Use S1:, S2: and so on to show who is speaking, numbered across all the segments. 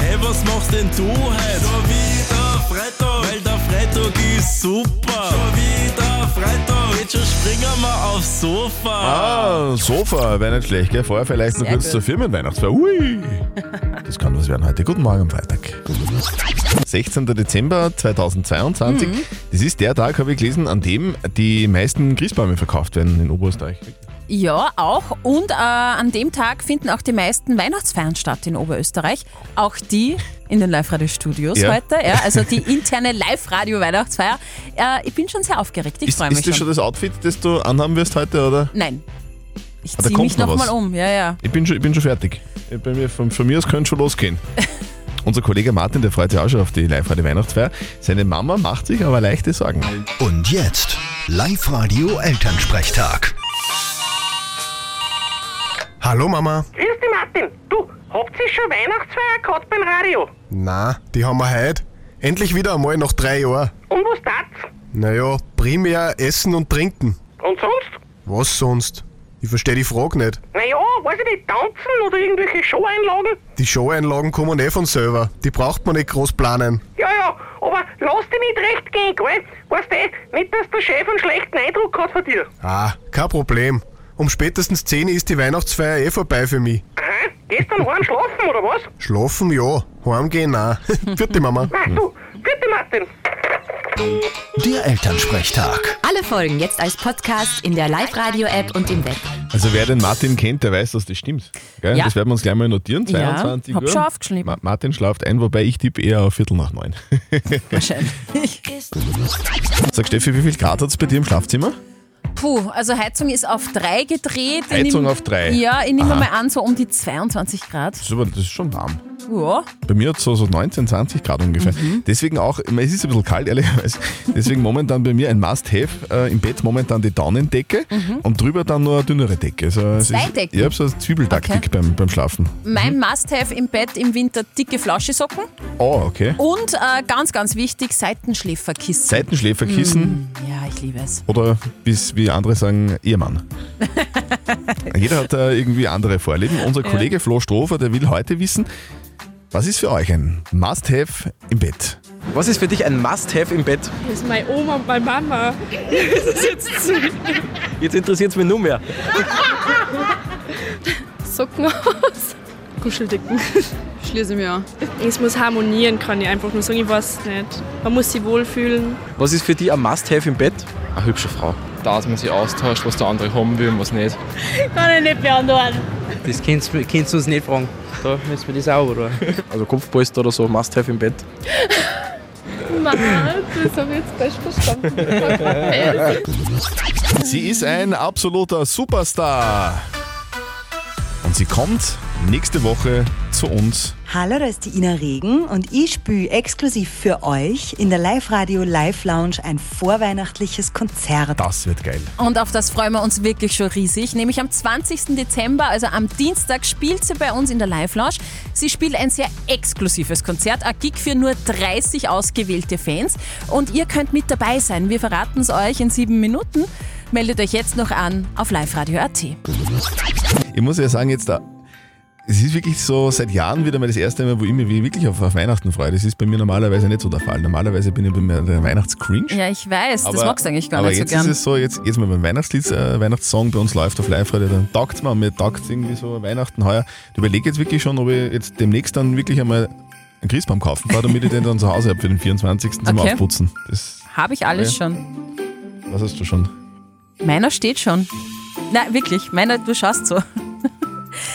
S1: hey, was machst denn du heute? Schon wieder Freitag, weil der Freitag ist super. Schon wieder Freitag, jetzt schon springen wir aufs Sofa.
S2: Ah, Sofa wäre nicht schlecht, gell? Vorher vielleicht noch
S3: Sehr
S2: kurz
S3: gut.
S2: zur Firmenweihnachtsfeier. Ui! Das kann was werden heute. Guten Morgen am Freitag. 16. Dezember 2022.
S3: Mhm.
S2: Das ist der Tag, habe ich gelesen, an dem die meisten Christbäume verkauft werden in Oberösterreich.
S3: Ja, auch. Und äh, an dem Tag finden auch die meisten Weihnachtsfeiern statt in Oberösterreich. Auch die in den Live-Radio-Studios
S2: Ja.
S3: heute. Ja, also die interne Live-Radio-Weihnachtsfeier. Äh, ich bin schon sehr aufgeregt. Ich
S2: Ist,
S3: freue mich
S2: ist das schon
S3: schon.
S2: das Outfit, das du anhaben wirst heute, oder?
S3: Nein. Ich
S2: Ah, da
S3: ziehe
S2: kommt
S3: mich
S2: noch was.
S3: nochmal um. Ja, ja.
S2: Ich bin schon, ich bin schon fertig. Ich- Bei mir, von, von mir aus könnte schon losgehen. Unser Kollege Martin, der freut sich auch schon auf die Live-Radio-Weihnachtsfeier. Seine Mama macht sich aber leichte Sorgen.
S4: Und jetzt Live-Radio Elternsprechtag.
S5: Hallo Mama.
S6: Grüß dich, Martin. Du, habt ihr schon Weihnachtsfeier gehabt beim Radio?
S5: Na, die haben wir heute. Endlich wieder einmal nach drei Jahren.
S6: Und was tat's?
S5: Naja, primär Essen und Trinken.
S6: Und sonst?
S5: Was sonst? Ich verstehe die Frage nicht.
S6: Naja, weiß ich nicht, tanzen oder irgendwelche Show-Einlagen?
S5: Die Show-Einlagen kommen eh von selber. Die braucht man nicht groß planen.
S6: Ja, ja, aber lass dich nicht recht gehen, gell? Weißt du, eh, nicht, dass der Chef einen schlechten Eindruck hat von dir.
S5: Ah, kein Problem. Um spätestens 10 Uhr ist die Weihnachtsfeier eh vorbei für mich.
S6: Aha, gestern waren schlafen, oder was?
S5: Schlafen ja, heimgehen nein. Vierte Mama.
S6: Nein, du, bitte, Martin.
S4: Der Elternsprechtag.
S7: Alle Folgen jetzt als Podcast in der Live-Radio-App und im Web.
S2: Also wer den Martin kennt, der weiß, dass das stimmt. Gell?
S3: Ja.
S2: Das werden wir uns gleich mal notieren.
S3: Ja,
S2: 22
S3: hab
S2: Uhr.
S3: schon aufgeschrieben.
S2: Ma Martin schlaft ein, wobei ich tippe eher auf Viertel nach neun.
S3: Wahrscheinlich.
S2: Sag Steffi, wie viel Grad hat es bei dir im Schlafzimmer?
S3: Puh, also Heizung ist auf drei gedreht. Ich
S2: Heizung
S3: nehm-
S2: auf drei.
S3: Ja, ich nehme
S2: Aha.
S3: mal an, so um die 22 Grad.
S2: Super, das ist schon warm.
S3: Ja.
S2: Bei mir hat es so, so 19, 20 Grad ungefähr.
S3: Mhm.
S2: Deswegen auch, ich meine, es ist ein bisschen kalt, ehrlicherweise. Deswegen momentan bei mir ein Must-Have. Äh, Im Bett momentan die Daunendecke und drüber dann nur eine dünnere Decke. Also, es
S3: Mhm. Zwei
S2: ist,
S3: Decken?
S2: Ich habe so eine Zwiebeltaktik
S3: Okay. Mhm.
S2: beim, beim Schlafen.
S3: Mein Must-Have im Bett im Winter dicke Flaschesocken
S2: Oh, okay.
S3: und äh, ganz, ganz wichtig, Seitenschläferkissen.
S2: Seitenschläferkissen.
S3: Ja, ich liebe es.
S2: Oder bis, wie andere sagen, Ehemann. Jeder hat da irgendwie andere Vorlieben. Unser Kollege Flo Strofer, der will heute wissen, was ist für euch ein Must-Have im Bett?
S8: Was ist für dich ein Must-Have im Bett?
S9: Das ist meine Oma und meine Mama. Das ist jetzt zu
S8: Jetzt interessiert es mich nur mehr.
S9: Socken aus. Kuscheldecken. Schließe mich an. Es muss harmonieren, kann ich einfach nur sagen. Ich weiß nicht. Man muss sich wohlfühlen.
S8: Was ist für dich ein Must-Have im Bett? Eine hübsche Frau.
S10: dass man sich austauscht, was der andere haben will und was nicht.
S9: Kann ich nicht beantworten.
S8: Das kannst du uns nicht fragen. Da müssen wir das auch, oder? Also Kopfpolster oder so, Must-Have im Bett.
S9: Nein, das habe ich jetzt falsch verstanden.
S2: Sie ist ein absoluter Superstar. Und sie kommt nächste Woche zu uns.
S7: Hallo, da ist die Ina Regen und ich spüle exklusiv für euch in der Live-Radio Live-Lounge ein vorweihnachtliches Konzert.
S2: Ah, Das wird geil.
S3: Und auf das freuen wir uns wirklich schon riesig. Nämlich am 20. Dezember, also am Dienstag, spielt sie bei uns in der Live-Lounge. Sie spielt ein sehr exklusives Konzert, ein Gig für nur 30 ausgewählte Fans. Und ihr könnt mit dabei sein. Wir verraten es euch in sieben Minuten. Meldet euch jetzt noch an auf liveradio.at.
S2: Ich muss ja sagen, jetzt da. Es ist wirklich so seit Jahren wieder mal das erste Mal, wo ich mich wirklich auf, auf Weihnachten freue. Das ist bei mir normalerweise nicht so der Fall. Normalerweise bin ich bei mir der Weihnachtscringe.
S3: Ja, ich weiß, das
S2: Aber-
S3: magst du eigentlich gar
S2: aber
S3: nicht so
S2: jetzt
S3: gern.
S2: Ist es so, jetzt, jetzt mal beim Weihnachtslied, äh, Weihnachtssong bei uns läuft auf Live-Radio, dann taugt mir, mir taugt irgendwie so Weihnachten heuer. Ich überlege jetzt wirklich schon, ob ich jetzt demnächst dann wirklich einmal einen Christbaum kaufen fahre, damit ich den dann zu Hause habe für den 24. zum
S3: Okay.
S2: Aufputzen. Das,
S3: Habe ich alles
S2: Ja.
S3: schon.
S2: was hast du schon?
S3: Meiner steht schon. Na, wirklich, meiner, du schaust so.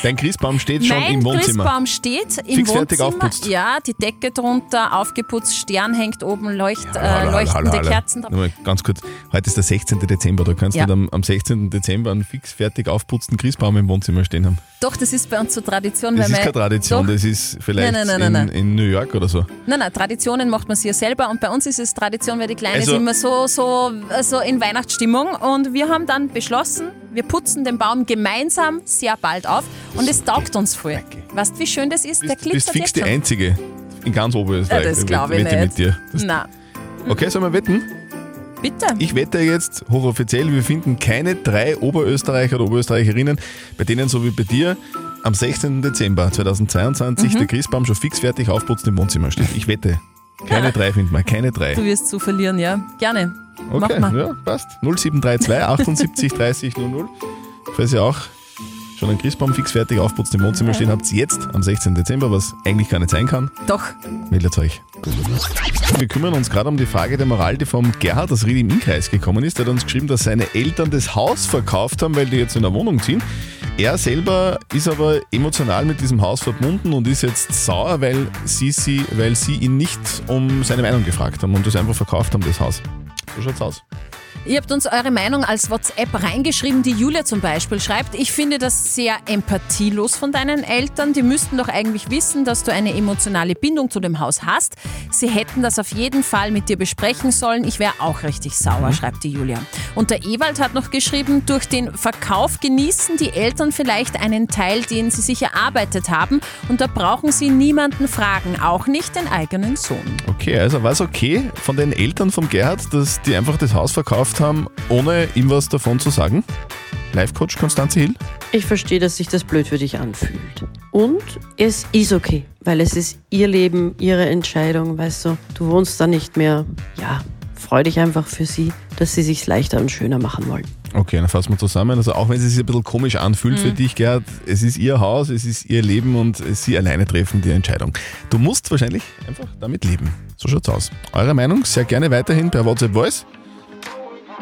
S2: Dein Christbaum steht schon
S3: mein
S2: im Wohnzimmer.
S3: Christbaum steht im
S2: Fix
S3: Wohnzimmer.
S2: fertig aufputzt.
S3: Ja, die Decke drunter, aufgeputzt, Stern hängt oben, leucht, äh,
S2: Hallo, hallo,
S3: leuchtende
S2: hallo, hallo.
S3: Kerzen drauf.
S2: Nur mal Ganz kurz, heute ist der 16. Dezember, da kannst du
S3: Ja.
S2: nicht am, am 16. Dezember einen fix fertig aufputzten Christbaum im Wohnzimmer stehen haben.
S3: Doch, das ist bei uns so Tradition.
S2: Das
S3: weil
S2: ist
S3: wir-
S2: keine Tradition,
S3: Doch,
S2: das ist vielleicht
S3: Nein, nein, nein, nein,
S2: in, in New York oder so.
S3: nein, nein, Traditionen macht man sich ja selber und bei uns ist es Tradition, weil die Kleinen
S2: Also-
S3: sind immer so, so, so in Weihnachtsstimmung und wir haben dann beschlossen, wir putzen den Baum gemeinsam sehr bald auf und es taugt uns voll.
S2: Danke.
S3: Weißt du, wie schön das ist? Der
S2: bist,
S3: glitzert
S2: bist fix
S3: jetzt
S2: die
S3: schon.
S2: Einzige in ganz
S3: Ja,
S2: Oberösterreich.
S3: das glaube ich
S2: wette
S3: nicht.
S2: mit dir. Das,
S3: Nein.
S2: okay, sollen wir wetten?
S3: Bitte.
S2: Ich wette jetzt hochoffiziell, wir finden keine drei Oberösterreicher oder Oberösterreicherinnen, bei denen so wie bei dir am 16. Dezember 2022
S3: Mhm.
S2: der Christbaum schon fix fertig aufputzt im Wohnzimmer steht. Ich wette. Keine drei finden wir, keine drei.
S3: Du wirst zu verlieren, ja. Gerne.
S2: Okay,
S3: Mach mal.
S2: ja, passt. 0732 78 30 00. Falls ihr auch schon einen Christbaum fix fertig aufputzt im Wohnzimmer stehen habt, jetzt am 16. Dezember, was eigentlich gar nicht sein kann,
S3: Doch.
S2: meldet euch. Wir kümmern uns gerade um die Frage der Moral, die vom Gerhard aus Ried im Innkreis gekommen ist. Der hat uns geschrieben, dass seine Eltern das Haus verkauft haben, weil die jetzt in der Wohnung ziehen. Er selber ist aber emotional mit diesem Haus verbunden und ist jetzt sauer, weil sie, sie, weil sie ihn nicht um seine Meinung gefragt haben und das einfach verkauft haben, das Haus. So schaut's aus.
S3: Ihr habt uns eure Meinung als WhatsApp reingeschrieben. Die Julia zum Beispiel schreibt, ich finde das sehr empathielos von deinen Eltern. Die müssten doch eigentlich wissen, dass du eine emotionale Bindung zu dem Haus hast. Sie hätten das auf jeden Fall mit dir besprechen sollen. Ich wäre auch richtig sauer, schreibt die Julia. Und der Ewald hat noch geschrieben, durch den Verkauf genießen die Eltern vielleicht einen Teil, den sie sich erarbeitet haben. Und da brauchen sie niemanden fragen, auch nicht den eigenen Sohn.
S2: Okay, also war es okay von den Eltern von Gerhard, dass die einfach das Haus verkauft haben, ohne ihm was davon zu sagen? Live-Coach Konstanze Hill?
S11: Ich verstehe, dass sich das blöd für dich anfühlt. Und es ist okay, weil es ist ihr Leben, ihre Entscheidung, weißt du. Du wohnst da nicht mehr. Ja, freu dich einfach für sie, dass sie sich's leichter und schöner machen wollen.
S2: Okay, dann fassen wir zusammen. Also auch wenn es sich ein bisschen komisch anfühlt für
S11: Mhm.
S2: dich, Gerhard, es ist ihr Haus, es ist ihr Leben und sie alleine treffen die Entscheidung. Du musst wahrscheinlich einfach damit leben. So schaut's aus. Eure Meinung sehr gerne weiterhin per WhatsApp Voice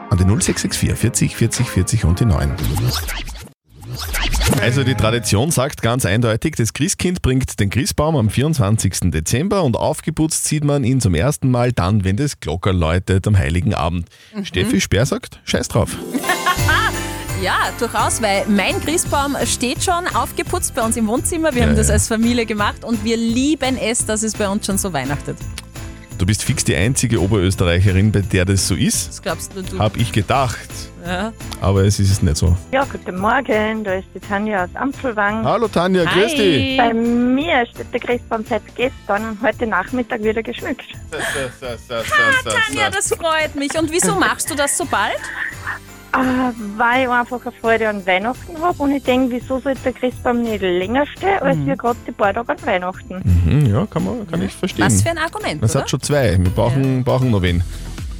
S2: an die 0664 40 40 40 und die 9. Also die Tradition sagt ganz eindeutig, das Christkind bringt den Christbaum am 24. Dezember und aufgeputzt sieht man ihn zum ersten Mal dann, wenn das Glocker läutet am heiligen Abend. Steffi Speer sagt, scheiß drauf.
S3: Ja, durchaus, weil mein Christbaum steht schon aufgeputzt bei uns im Wohnzimmer. Wir
S2: Ja,
S3: haben das
S2: ja.
S3: als Familie gemacht und wir lieben es, dass es bei uns schon so weihnachtet.
S2: Du bist fix die einzige Oberösterreicherin, bei der das so ist.
S3: Das glaubst nur du.
S2: Hab ich gedacht.
S3: Ja.
S2: Aber es ist es nicht so.
S12: Ja, guten Morgen, da ist die Tanja aus Ampfelwang.
S2: Hallo Tanja, grüß dich.
S12: Bei mir steht der Christbaum seit gestern und heute Nachmittag wieder geschmückt.
S3: Tanja, das freut mich. Und wieso machst du das so bald?
S12: Ah, weil ich einfach eine Freude an Weihnachten habe und ich denke, wieso sollte der Christbaum nicht länger stehen, als wir gerade die paar Tage an Weihnachten.
S2: Mhm, ja, kann, man, kann ich verstehen.
S3: Was für ein Argument,
S2: Es
S3: oder?
S2: hat schon zwei. Wir brauchen, brauchen noch wen.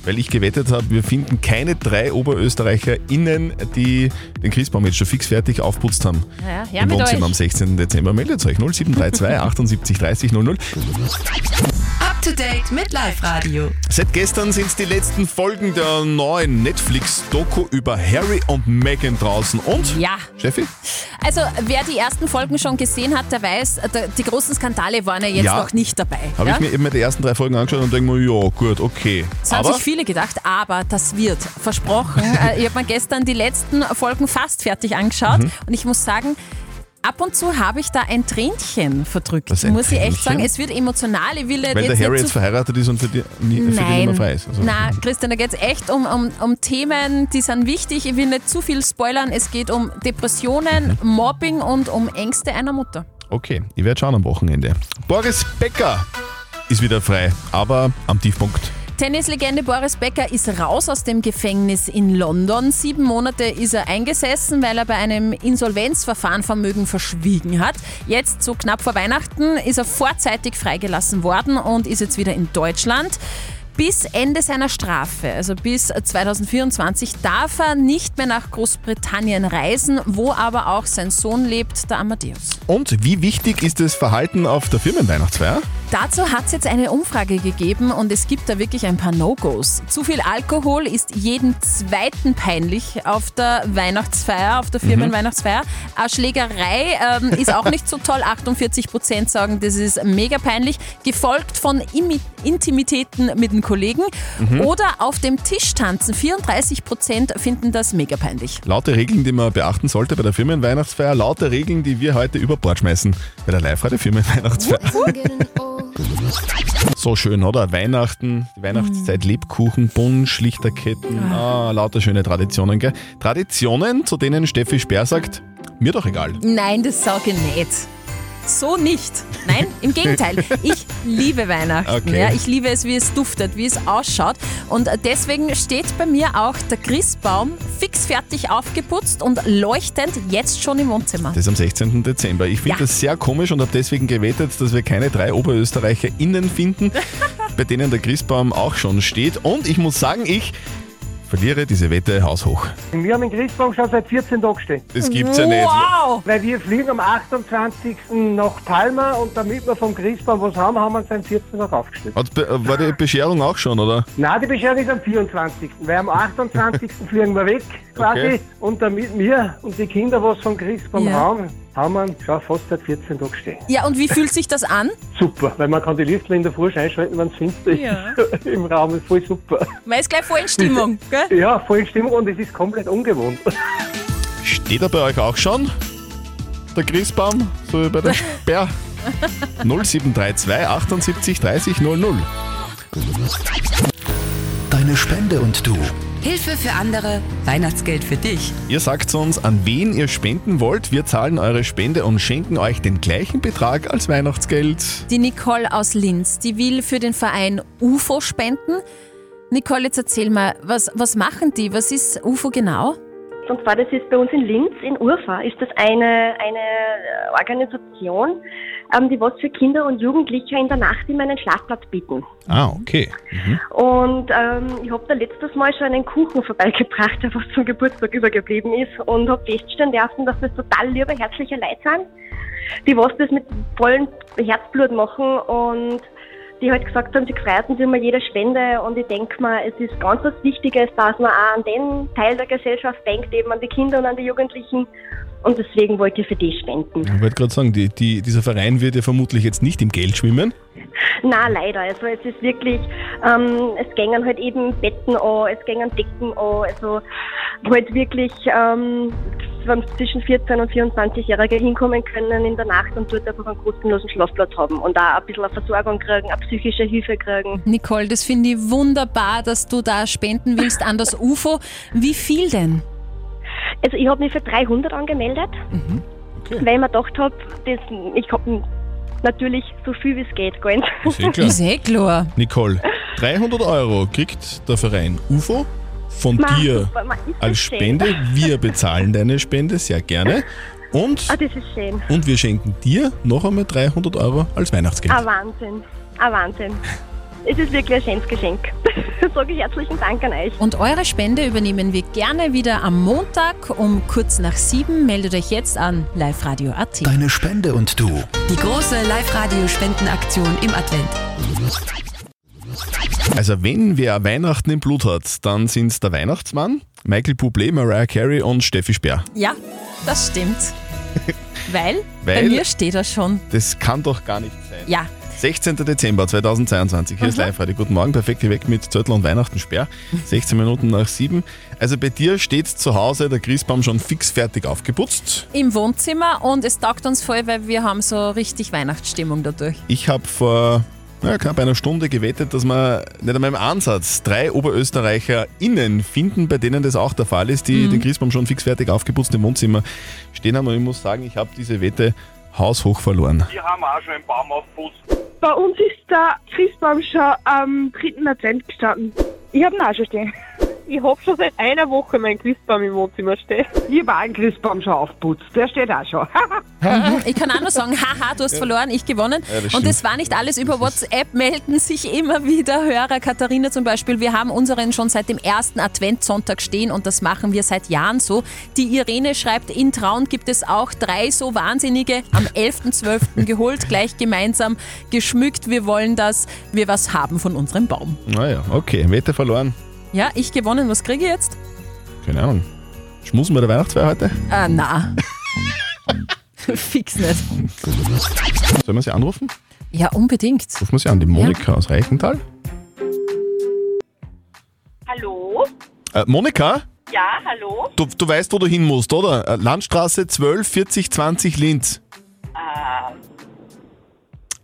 S2: Weil ich gewettet habe, wir finden keine drei OberösterreicherInnen, die den Christbaum jetzt schon fix fertig aufputzt haben.
S3: Ja, her
S2: Im
S3: mit
S2: Wohnzimmer am
S3: euch.
S2: 16. Dezember. Meldet euch 0732 78 30 00.
S13: Up to date mit Live Radio.
S2: Seit gestern sind die letzten Folgen der neuen Netflix-Doku über Harry und Meghan draußen. Und?
S3: Ja.
S2: Steffi?
S3: Also, wer die ersten Folgen schon gesehen hat, der weiß, da- die großen Skandale waren ja jetzt
S2: Ja.
S3: noch nicht dabei.
S2: Habe
S3: ja?
S2: ich mir eben die ersten drei Folgen angeschaut und denke mir, ja, gut, okay.
S3: Das haben
S2: Aber
S3: sich viele gedacht, aber das wird versprochen. Äh, ich habe mir gestern die letzten Folgen fast fertig angeschaut
S2: Mhm.
S3: und ich muss sagen, ab und zu habe ich da ein Tränchen verdrückt.
S2: Was, ein
S3: muss ich echt sagen,
S2: Tränchen?
S3: es wird emotional. Ich will jetzt
S2: weil der
S3: nicht
S2: Harry jetzt
S3: zu
S2: verheiratet ist und für die, nie, für die nicht mehr
S3: Nein.
S2: frei ist. Also-
S3: Nein, Christian, da geht es echt um, um, um Themen, die sind wichtig. Ich will nicht zu viel spoilern. Es geht um Depressionen,
S2: Mhm.
S3: Mobbing und um Ängste einer Mutter.
S2: Okay, ich werde schauen am Wochenende. Boris Becker ist wieder frei, aber am Tiefpunkt.
S3: Tennislegende Boris Becker ist raus aus dem Gefängnis in London. Sieben Monate ist er eingesessen, weil er bei einem Insolvenzverfahren Vermögen verschwiegen hat. Jetzt, so knapp vor Weihnachten, ist er vorzeitig freigelassen worden und ist jetzt wieder in Deutschland. Bis Ende seiner Strafe, also bis 2024, darf er nicht mehr nach Großbritannien reisen, wo aber auch sein Sohn lebt, der Amadeus.
S2: Und wie wichtig ist das Verhalten auf der Firmenweihnachtsfeier?
S3: Dazu hat es jetzt eine Umfrage gegeben und es gibt da wirklich ein paar No-Gos. Zu viel Alkohol ist jeden zweiten peinlich auf der Weihnachtsfeier, auf der
S14: Mhm.
S3: Firmenweihnachtsfeier. Eine Schlägerei ähm, ist auch nicht so toll. 48 Prozent sagen, das ist mega peinlich. Gefolgt von Imi Intimitäten mit den Kollegen
S2: Mhm.
S3: oder auf dem Tisch tanzen. 34 Prozent finden das mega peinlich.
S2: Laute Regeln, die man beachten sollte bei der Firmenweihnachtsfeier, laute Regeln, die wir heute über Bord schmeißen bei der live firmenweihnachtsfeier So schön, oder? Weihnachten, die Weihnachtszeit, Lebkuchen, Bund, Schlichterketten, ah, lauter schöne Traditionen, gell? Traditionen, zu denen Steffi Speer sagt, mir doch egal.
S3: Nein, das sage ich nicht. So nicht. Nein, im Gegenteil. Ich liebe Weihnachten.
S14: Okay.
S3: Ja, ich liebe es, wie es duftet, wie es ausschaut. Und deswegen steht bei mir auch der Christbaum fix fertig aufgeputzt und leuchtend jetzt schon im Wohnzimmer.
S2: Das ist am 16. Dezember. Ich finde
S3: Ja.
S2: das sehr komisch und habe deswegen gewettet, dass wir keine drei Oberösterreicher innen finden, bei denen der Christbaum auch schon steht. Und ich muss sagen, ich verliere diese Wette haushoch.
S15: Wir haben den Christbaum schon seit 14 Tagen stehen.
S2: Das gibt's ja nicht. Wow!
S15: Weil wir fliegen am 28. nach Palma und damit wir vom Christbaum was haben, haben wir uns am 14. Tag aufgestellt.
S2: Hat, be- äh, war die Bescherung auch schon, oder?
S15: Nein, die Bescherung ist am 24. Weil am 28. fliegen wir weg quasi
S2: Okay.
S15: und damit wir und die Kinder was vom Christbaum
S3: Ja.
S15: haben, haben wir ihn schon fast seit 14 Tagen stehen.
S3: Ja, und wie fühlt sich das an?
S15: Super, weil man kann die Lichter in der Früh schon einschalten, wenn es finster ist
S3: Ja.
S15: im Raum, ist voll super.
S3: Man ist gleich voll in Stimmung, gell?
S15: Ja, voll in Stimmung und es ist komplett ungewohnt.
S2: Steht er bei euch auch schon? Der Christbaum? So wie bei der Sperr? 0732 78 30 00.
S4: Deine Spende und du.
S13: Hilfe für andere, Weihnachtsgeld für dich.
S2: Ihr sagt uns, an wen ihr spenden wollt. Wir zahlen eure Spende und schenken euch den gleichen Betrag als Weihnachtsgeld.
S3: Die Nicole aus Linz, die will für den Verein UFO spenden. Nicole, jetzt erzähl mal, was, was machen die? Was ist UFO genau?
S16: Und zwar, das ist bei uns in Linz, in Urfa, ist das eine, eine äh, Organisation, ähm, die was für Kinder und Jugendliche in der Nacht immer einen Schlafplatz bieten.
S17: Ah, okay.
S16: Und ähm, ich habe da letztes Mal schon einen Kuchen vorbeigebracht, der was zum Geburtstag übergeblieben ist und habe feststellen dürfen, dass das total liebe, herzliche Leute sind, die was das mit vollem Herzblut machen und die halt gesagt haben, sie gefreiten sich immer jede Spende und ich denke mal, es ist ganz was Wichtiges, dass man auch an den Teil der Gesellschaft denkt, eben an die Kinder und an die Jugendlichen und deswegen wollte ich für die spenden.
S17: Ich wollte gerade sagen, die, die, dieser Verein wird ja vermutlich jetzt nicht im Geld schwimmen.
S16: Na leider, also es ist wirklich, ähm, es gängen halt eben Betten an, es gängen Decken an, also halt wirklich, ähm, wenn zwischen 14 und 24-Jährige hinkommen können in der Nacht und dort einfach einen kostenlosen Schlafplatz haben und auch ein bisschen eine Versorgung kriegen, eine psychische Hilfe kriegen.
S3: Nicole, das finde ich wunderbar, dass du da spenden willst an das UFO. Wie viel denn?
S16: Also ich habe mich für 300 angemeldet, weil ich mir gedacht habe, ich habe natürlich so viel wie es geht gönnt.
S17: eh
S3: eh
S17: Nicole, 300 Euro kriegt der Verein UFO von
S16: Ma,
S17: dir
S16: super, ma, ist das
S17: als
S16: schön.
S17: Spende. Wir bezahlen deine Spende sehr gerne. Und,
S16: Ah, das ist schön.
S17: und wir schenken dir noch einmal 300 Euro als Weihnachtsgeld.
S16: Ein Wahnsinn, ein Wahnsinn. Es ist wirklich ein schönes Geschenk. Sage ich herzlichen Dank an euch.
S3: Und eure Spende übernehmen wir gerne wieder am Montag um kurz nach sieben. Meldet euch jetzt an liveradio.at.
S4: Deine Spende und du.
S13: Die große Live-Radio-Spendenaktion im Advent.
S2: Also wenn wer Weihnachten im Blut hat, dann sind's der Weihnachtsmann, Michael Bublé, Mariah Carey und Steffi Speer.
S3: Ja, das stimmt. Weil, bei
S2: Weil-
S3: mir steht er schon.
S2: Das kann doch gar nicht sein.
S3: Ja.
S2: 16. Dezember 2022, hier ist
S3: Mhm.
S2: live heute. Guten Morgen, perfekt weg mit Zöttl und Weihnachtensperr. 16 Minuten nach 7. Also bei dir steht zu Hause der Christbaum schon fix fertig aufgeputzt.
S3: Im Wohnzimmer und es taugt uns voll, weil wir haben so richtig Weihnachtsstimmung dadurch.
S2: Ich habe vor naja, knapp einer Stunde gewettet, dass wir nicht einmal im Ansatz drei Oberösterreicher innen finden, bei denen das auch der Fall ist, die
S3: Mhm.
S2: den Christbaum schon fix fertig aufgeputzt im Wohnzimmer stehen haben. Und ich muss sagen, ich habe diese Wette haushoch verloren.
S18: Wir haben auch schon einen Baum aufgeputzt.
S19: Bei uns ist der Christbaum schon am 3. Advent gestanden. Ich habe ihn auch schon stehen. Ich habe schon seit einer Woche meinen Christbaum im Wohnzimmer stehen. Ich habe auch einen Christbaum schon aufputzt. Der steht auch schon.
S3: Hm, Ich kann auch nur sagen, haha, du hast verloren, ich gewonnen.
S19: Ja, das stimmt.
S3: und das war nicht alles. Über WhatsApp melden sich immer wieder Hörer. Katharina zum Beispiel, wir haben unseren schon seit dem ersten Adventssonntag stehen und das machen wir seit Jahren so. Die Irene schreibt, in Traun gibt es auch drei so Wahnsinnige am 11.12. geholt, gleich gemeinsam geschmückt. Wir wollen, dass wir was haben von unserem Baum.
S2: Naja, okay, Wette verloren.
S3: Ja, ich gewonnen, was kriege ich jetzt?
S2: Keine Ahnung. Schmusen wir der Weihnachtsfeier heute?
S3: Ah, na. Fix nicht.
S2: Sollen wir sie anrufen?
S3: Ja, unbedingt.
S2: Rufen wir sie an, die Monika aus Reichenthal.
S20: Hallo?
S2: Äh, Monika,
S20: Ja, hallo?
S2: du, du weißt, wo du hin musst, oder? Äh, Landstraße 12 40 20 Linz.
S20: Ähm,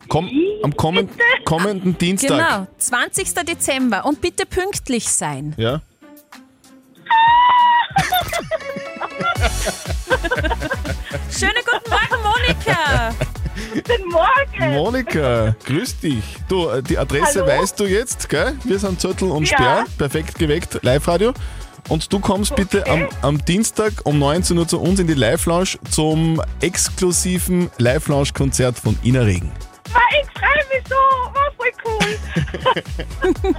S2: Komm, am kommen, kommenden Dienstag.
S3: Genau, 20. Dezember und bitte pünktlich sein.
S20: Genau.
S2: Ja.
S3: Schönen guten Morgen, Monika!
S20: Guten Morgen.
S2: Monika, grüß dich. Du, äh, die Adresse
S20: Hallo.
S2: weißt du jetzt, gell? Wir sind Zürtel und
S20: Ja.
S2: Sperr, perfekt geweckt, Live-Radio. Und du kommst bitte am, am Dienstag um 19 Uhr zu uns in die Live-Lounge zum exklusiven Live-Lounge-Konzert von Innerregen.
S20: Mann, Ich freue mich so. War voll cool.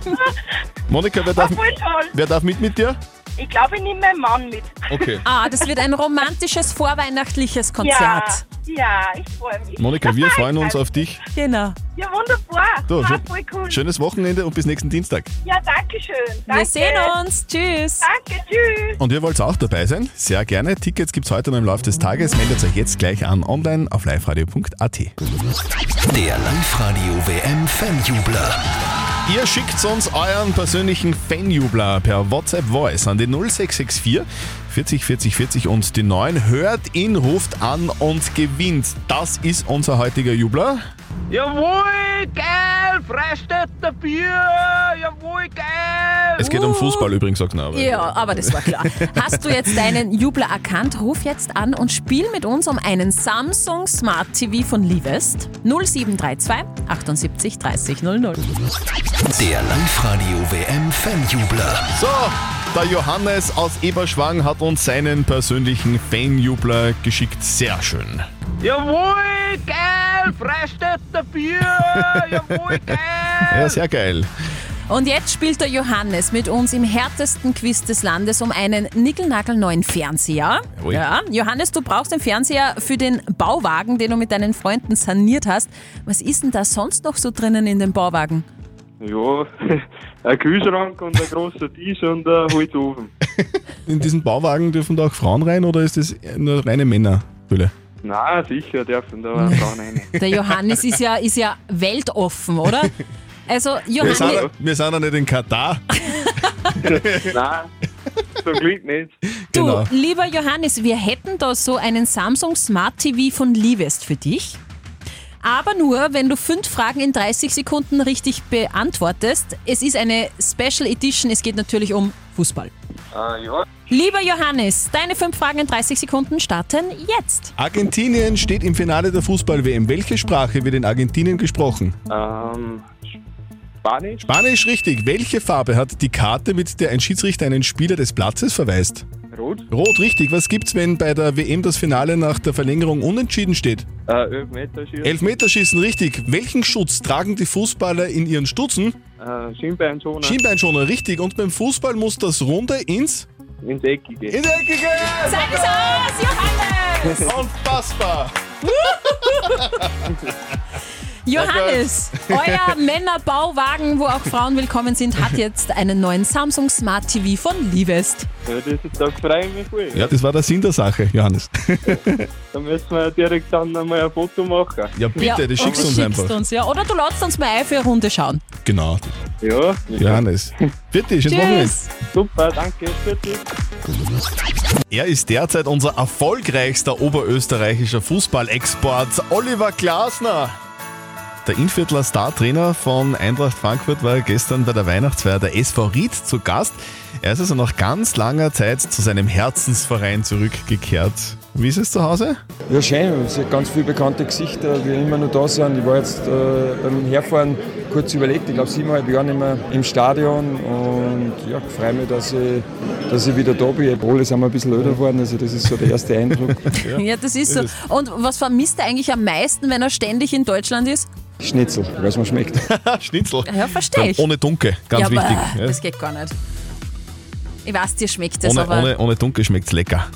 S2: Monika, wer darf,
S20: Voll toll.
S2: wer darf mit mit dir?
S20: Ich glaube, ich nehme meinen Mann mit.
S2: Okay.
S3: Ah, das wird ein romantisches, vorweihnachtliches Konzert.
S20: Ja, ja ich freue mich.
S2: Monika, wir freuen uns auf dich.
S3: Genau.
S20: Ja, wunderbar.
S2: Du,
S20: War
S2: schön,
S20: Ah, voll cool.
S2: schönes Wochenende und bis nächsten Dienstag.
S20: Ja, danke schön. Danke.
S3: sehen uns. Tschüss.
S20: Danke, tschüss.
S2: Und ihr wollt auch dabei sein? Sehr gerne. Tickets gibt's heute noch im Laufe des Tages. Meldet euch jetzt gleich an online auf liveradio.at.
S4: Der Live-Radio WM Fanjubler.
S2: Ihr schickt uns euren persönlichen Fanjubler per WhatsApp Voice an die 0664 40 40 40 und die 9. Hört ihn, ruft an und gewinnt. Das ist unser heutiger Jubler.
S14: Jawohl, geil, Freistädter Bier, jawohl, geil.
S2: Es geht um Fußball übrigens, sagt er. aber-
S3: Ja, aber das war klar. Hast du jetzt deinen Jubler erkannt? Ruf jetzt an und spiel mit uns um einen Samsung Smart TV von Livest 0732 78 30 00.
S4: Der Live-Radio WM Fanjubler.
S2: So, der Johannes aus Eberschwang hat uns seinen persönlichen Fanjubler geschickt. Sehr schön.
S14: Jawohl, geil, Freistädter Bier, jawohl,
S2: Ja, sehr geil.
S3: Und jetzt spielt der Johannes mit uns im härtesten Quiz des Landes um einen nickelnagelneuen Fernseher.
S2: Jawohl.
S3: Ja, Johannes, du brauchst den Fernseher für den Bauwagen, den du mit deinen Freunden saniert hast. Was ist denn da sonst noch so drinnen in dem Bauwagen?
S18: Ja, ein Kühlschrank und ein großer Tisch und ein Holzofen.
S2: In diesen Bauwagen dürfen da auch Frauen rein oder ist das nur reine Männerhülle?
S18: Nein, sicher dürfen da eine Frau rein.
S3: Der Johannes ist ja, ist ja weltoffen, oder? Also,
S2: Wir sind,
S3: Johannes,
S2: wir sind ja nicht in Katar.
S18: Nein, zum Glück nicht.
S3: du, lieber Johannes, wir hätten da so einen Samsung Smart TV von Livest für dich. Aber nur, wenn du fünf Fragen in 30 Sekunden richtig beantwortest. Es ist eine Special Edition, es geht natürlich um Fußball.
S18: Äh, ja.
S3: Lieber Johannes, deine fünf Fragen in 30 Sekunden starten jetzt.
S2: Argentinien steht im Finale der Fußball-WM. Welche Sprache wird in Argentinien gesprochen?
S18: Ähm, Spanisch?
S2: Spanisch richtig. Welche Farbe hat die Karte, mit der ein Schiedsrichter einen Spieler des Platzes verweist?
S18: Rot?
S2: Rot richtig. Was gibt's, wenn bei der WM das Finale nach der Verlängerung unentschieden steht?
S18: Äh, Elfmeterschießen?
S2: Elfmeterschießen richtig. Welchen Schutz tragen die Fußballer in ihren Stutzen?
S18: Äh, Schienbeinschoner?
S2: Schienbeinschoner richtig. Und beim Fußball muss das Runde ins
S18: Ins Eckige.
S2: In der Ecke gehen!
S3: Zeig es aus, Johannes!
S2: Unfassbar!
S3: Johannes, euer Männerbauwagen, wo auch Frauen willkommen sind, hat jetzt einen neuen Samsung Smart TV von Livest.
S18: Ja, das ist, da freue ich mich voll.
S2: Ja, das war der Sinn der Sache, Johannes.
S18: Da müssen wir direkt dann einmal ein Foto machen.
S2: Ja, bitte, das
S3: und
S2: schickst du uns
S3: schickst
S2: einfach.
S3: Uns, ja. Oder du lädst uns mal ein für eine Runde schauen.
S2: Genau.
S18: Ja.
S2: Johannes. Bitte, schönes Wochenende.
S3: Tschüss.
S18: Super, danke. Bitte.
S2: Er ist derzeit unser erfolgreichster oberösterreichischer Fußballexport, Oliver Glasner. Der Innviertler Star-Trainer von Eintracht Frankfurt war gestern bei der Weihnachtsfeier der SV Ried zu Gast. Er ist also nach ganz langer Zeit zu seinem Herzensverein zurückgekehrt. Wie ist es zu Hause?
S21: Ja, schön. Es sind ganz viele bekannte Gesichter, die immer noch da sind. Ich war jetzt äh, beim Herfahren kurz überlegt, ich glaube siebeneinhalb Jahre nicht mehr im Stadion und ja, ich freue mich, dass ich, dass ich wieder da bin. Obwohl, sind wir ein bisschen öder geworden, also das ist so der erste Eindruck.
S3: Ja, das ist so. Und was vermisst er eigentlich am meisten, wenn er ständig in Deutschland ist?
S21: Schnitzel, weil es mir schmeckt.
S2: Schnitzel.
S3: Ja, verstehe ich.
S2: Ohne Dunkel, ganz
S3: ja,
S2: wichtig.
S3: Aber,
S2: Ja.
S3: Das geht gar nicht. Ich weiß, dir schmeckt das,
S2: ohne,
S3: aber.
S2: ohne, ohne Dunkel schmeckt's lecker.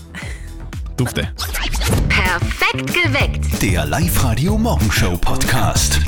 S2: Dufte.
S13: Perfekt geweckt.
S4: Der Live-Radio Morgenshow Podcast.